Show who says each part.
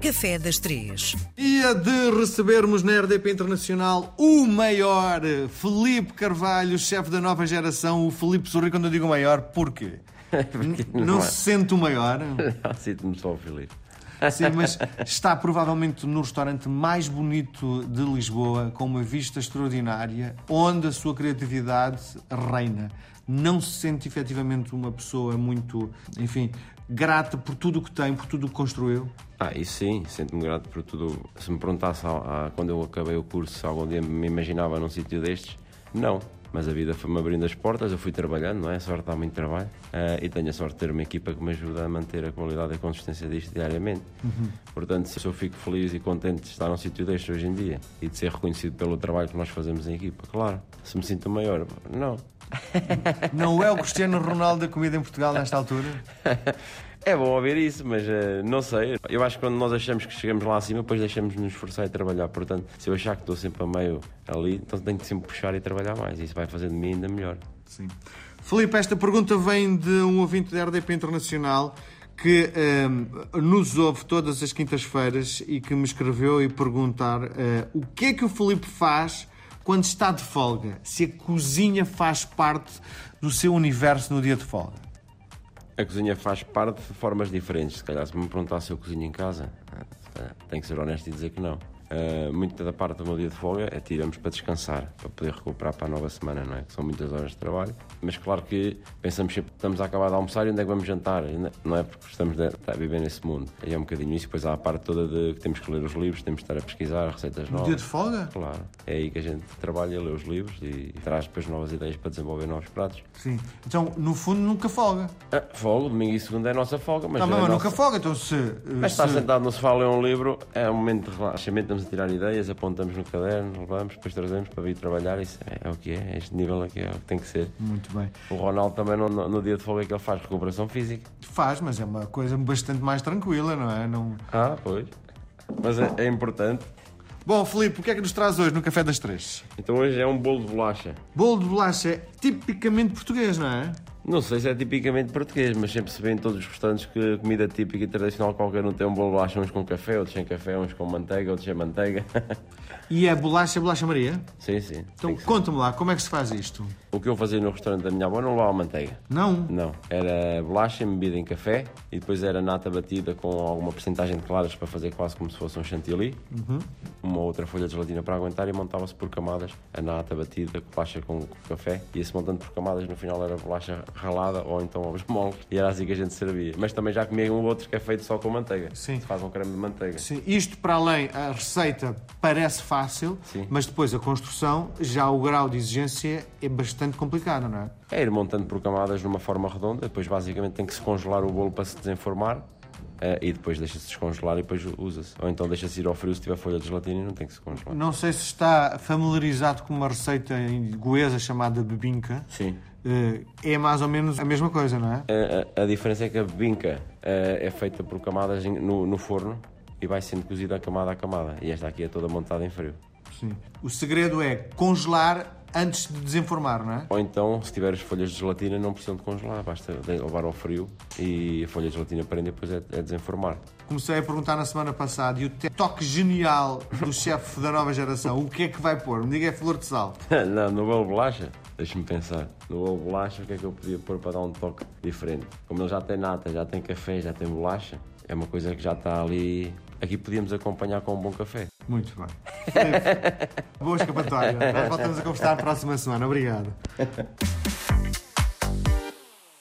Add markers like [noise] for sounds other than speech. Speaker 1: Café das Três.
Speaker 2: Dia de recebermos na RDP Internacional o maior, Felipe Carvalho, chefe da nova geração. O Felipe sorri quando eu digo maior, porquê?
Speaker 3: Porque
Speaker 2: Não,
Speaker 3: não, há-
Speaker 2: se sente o maior?
Speaker 3: não Ah, sinto-me só feliz.
Speaker 2: Sim, mas está provavelmente no restaurante mais bonito de Lisboa, com uma vista extraordinária, onde a sua criatividade reina. Não se sente efetivamente uma pessoa muito, enfim, grata por tudo o que tem, por tudo o que construiu?
Speaker 3: Ah, isso sim, sinto-me grato por tudo. Se me perguntasse há- há- quando eu acabei o curso se algum dia me imaginava num sítio destes, não. Mas a vida foi-me abrindo as portas, eu fui trabalhando, não é? A sorte dá muito trabalho. Ah, e tenho a sorte de ter uma equipa que me ajuda a manter a qualidade e a consistência disto diariamente. Portanto, se eu fico feliz e contente de estar num sítio destes hoje em dia e de ser reconhecido pelo trabalho que nós fazemos em equipa, claro. Se me sinto maior, não.
Speaker 2: Não é o Cristiano Ronaldo da comida em Portugal nesta altura?
Speaker 3: É bom ouvir isso, mas eh, não sei. Eu acho que quando nós achamos que chegamos lá acima, depois deixamos de nos esforçar e trabalhar. Portanto, se eu achar que estou sempre a meio ali, então tenho que sempre puxar e trabalhar mais. Isso vai fazer de mim ainda melhor.
Speaker 2: Sim. Filipe, esta pergunta vem de um ouvinte da RDP Internacional que ehm, nos ouve todas as quintas-feiras e que me escreveu e perguntar eh, o que é que o Filipe faz quando está de folga? Se a cozinha faz parte do seu universo no dia de folga?
Speaker 3: A cozinha faz parte de formas diferentes. Se calhar, se me perguntar se eu cozinho em casa, ah, se calhar, tenho que ser honesto e dizer que não. Ah, muita da parte do meu dia de folga é tiramos para descansar, para poder recuperar para a nova semana, não é? Que são muitas horas de trabalho. Mas claro que pensamos sempre, estamos a acabar de almoçar e onde é que vamos jantar? Ainda- Não é porque estamos de- a viver nesse mundo. E é um bocadinho isso. Depois há a parte toda de que temos que ler os livros, temos de estar a pesquisar receitas
Speaker 2: No
Speaker 3: novas.
Speaker 2: dia de folga?
Speaker 3: Claro. É aí que a gente trabalha, lê os livros e traz depois novas ideias para desenvolver novos pratos.
Speaker 2: Sim. Então, no fundo, nunca folga.
Speaker 3: Ah, folga, domingo e segunda é a nossa folga, mas
Speaker 2: Tá,
Speaker 3: é
Speaker 2: mas
Speaker 3: a nossa-
Speaker 2: nunca folga. Então, se. eh,
Speaker 3: mas
Speaker 2: se-
Speaker 3: estar sentado no sofá a ler um livro é um momento de relaxamento, estamos a tirar ideias, apontamos no caderno, levamos, depois trazemos para vir trabalhar, isso é, é o que é, este nível aqui é o que tem que ser.
Speaker 2: Muito bem.
Speaker 3: O Ronaldo também no, no- no dia de folga é que ele faz recuperação física.
Speaker 2: Faz, mas é uma coisa bastante mais tranquila, não é? Não...
Speaker 3: Ah, pois. Mas é, é importante.
Speaker 2: Bom, Filipe, o que é que nos traz hoje no Café das Três?
Speaker 3: Então hoje é um bolo de bolacha.
Speaker 2: Bolo de bolacha é tipicamente português, não é?
Speaker 3: Não sei se é tipicamente português, mas sempre se vê em todos os restaurantes que comida típica e tradicional qualquer não tem um bolo de bolacha, uns com café, outros sem café, uns com manteiga, outros sem manteiga. [laughs]
Speaker 2: E é bolacha, bolacha Maria?
Speaker 3: sim, sim.
Speaker 2: Então conta-me lá, como é que se faz isto?
Speaker 3: O que eu fazia no restaurante da minha avó não levava manteiga.
Speaker 2: Não?
Speaker 3: Não, era bolacha embebida em café e depois era nata batida com alguma porcentagem de claras para fazer quase como se fosse um chantilly. Uma outra folha de gelatina para aguentar e montava-se por camadas a nata batida, com bolacha com, com café e esse montante por camadas no final era bolacha ralada ou então ovos moles e era assim que a gente servia. Mas também já comia um outro que é feito só com manteiga.
Speaker 2: Sim.
Speaker 3: Se faz um creme de manteiga.
Speaker 2: Sim, isto para além, a receita parece fácil,
Speaker 3: Sim.
Speaker 2: mas depois a construção, já o grau de exigência é bastante complicado, não é?
Speaker 3: É ir montando por camadas de uma forma redonda, depois basicamente tem que se congelar o bolo para se desenformar eh, e depois deixa-se descongelar e depois usa-se. Ou então deixa-se ir ao frio se tiver folha de gelatina e não tem que se congelar.
Speaker 2: Não sei se está familiarizado com uma receita em goesa chamada bebinca.
Speaker 3: Sim.
Speaker 2: Eh, É mais ou menos a mesma coisa, não é?
Speaker 3: A, a- a diferença é que a binca eh, é feita por camadas em- no, no forno e vai sendo cozida camada a camada. E esta aqui é toda montada em frio.
Speaker 2: Sim. O segredo é congelar antes de desenformar, não é?
Speaker 3: Ou então, se tiver as folhas de gelatina, não precisam de congelar, basta de- levar ao frio e a folha de gelatina prende e depois é, é desenformar.
Speaker 2: Comecei a perguntar na semana passada e o te- toque genial do chefe da nova geração, o que é que vai pôr? Me diga, é flor de sal.
Speaker 3: [laughs] não, no bolo de bolacha? Deixa-me pensar. No bolo de bolacha, o que é que eu podia pôr para dar um toque diferente? Como ele já tem nata, já tem café, já tem bolacha, é uma coisa que já está ali. Aqui podíamos acompanhar com um bom café.
Speaker 2: Muito bem. Filipe, Boa escapatória. Nós voltamos a conversar na próxima semana. Obrigado.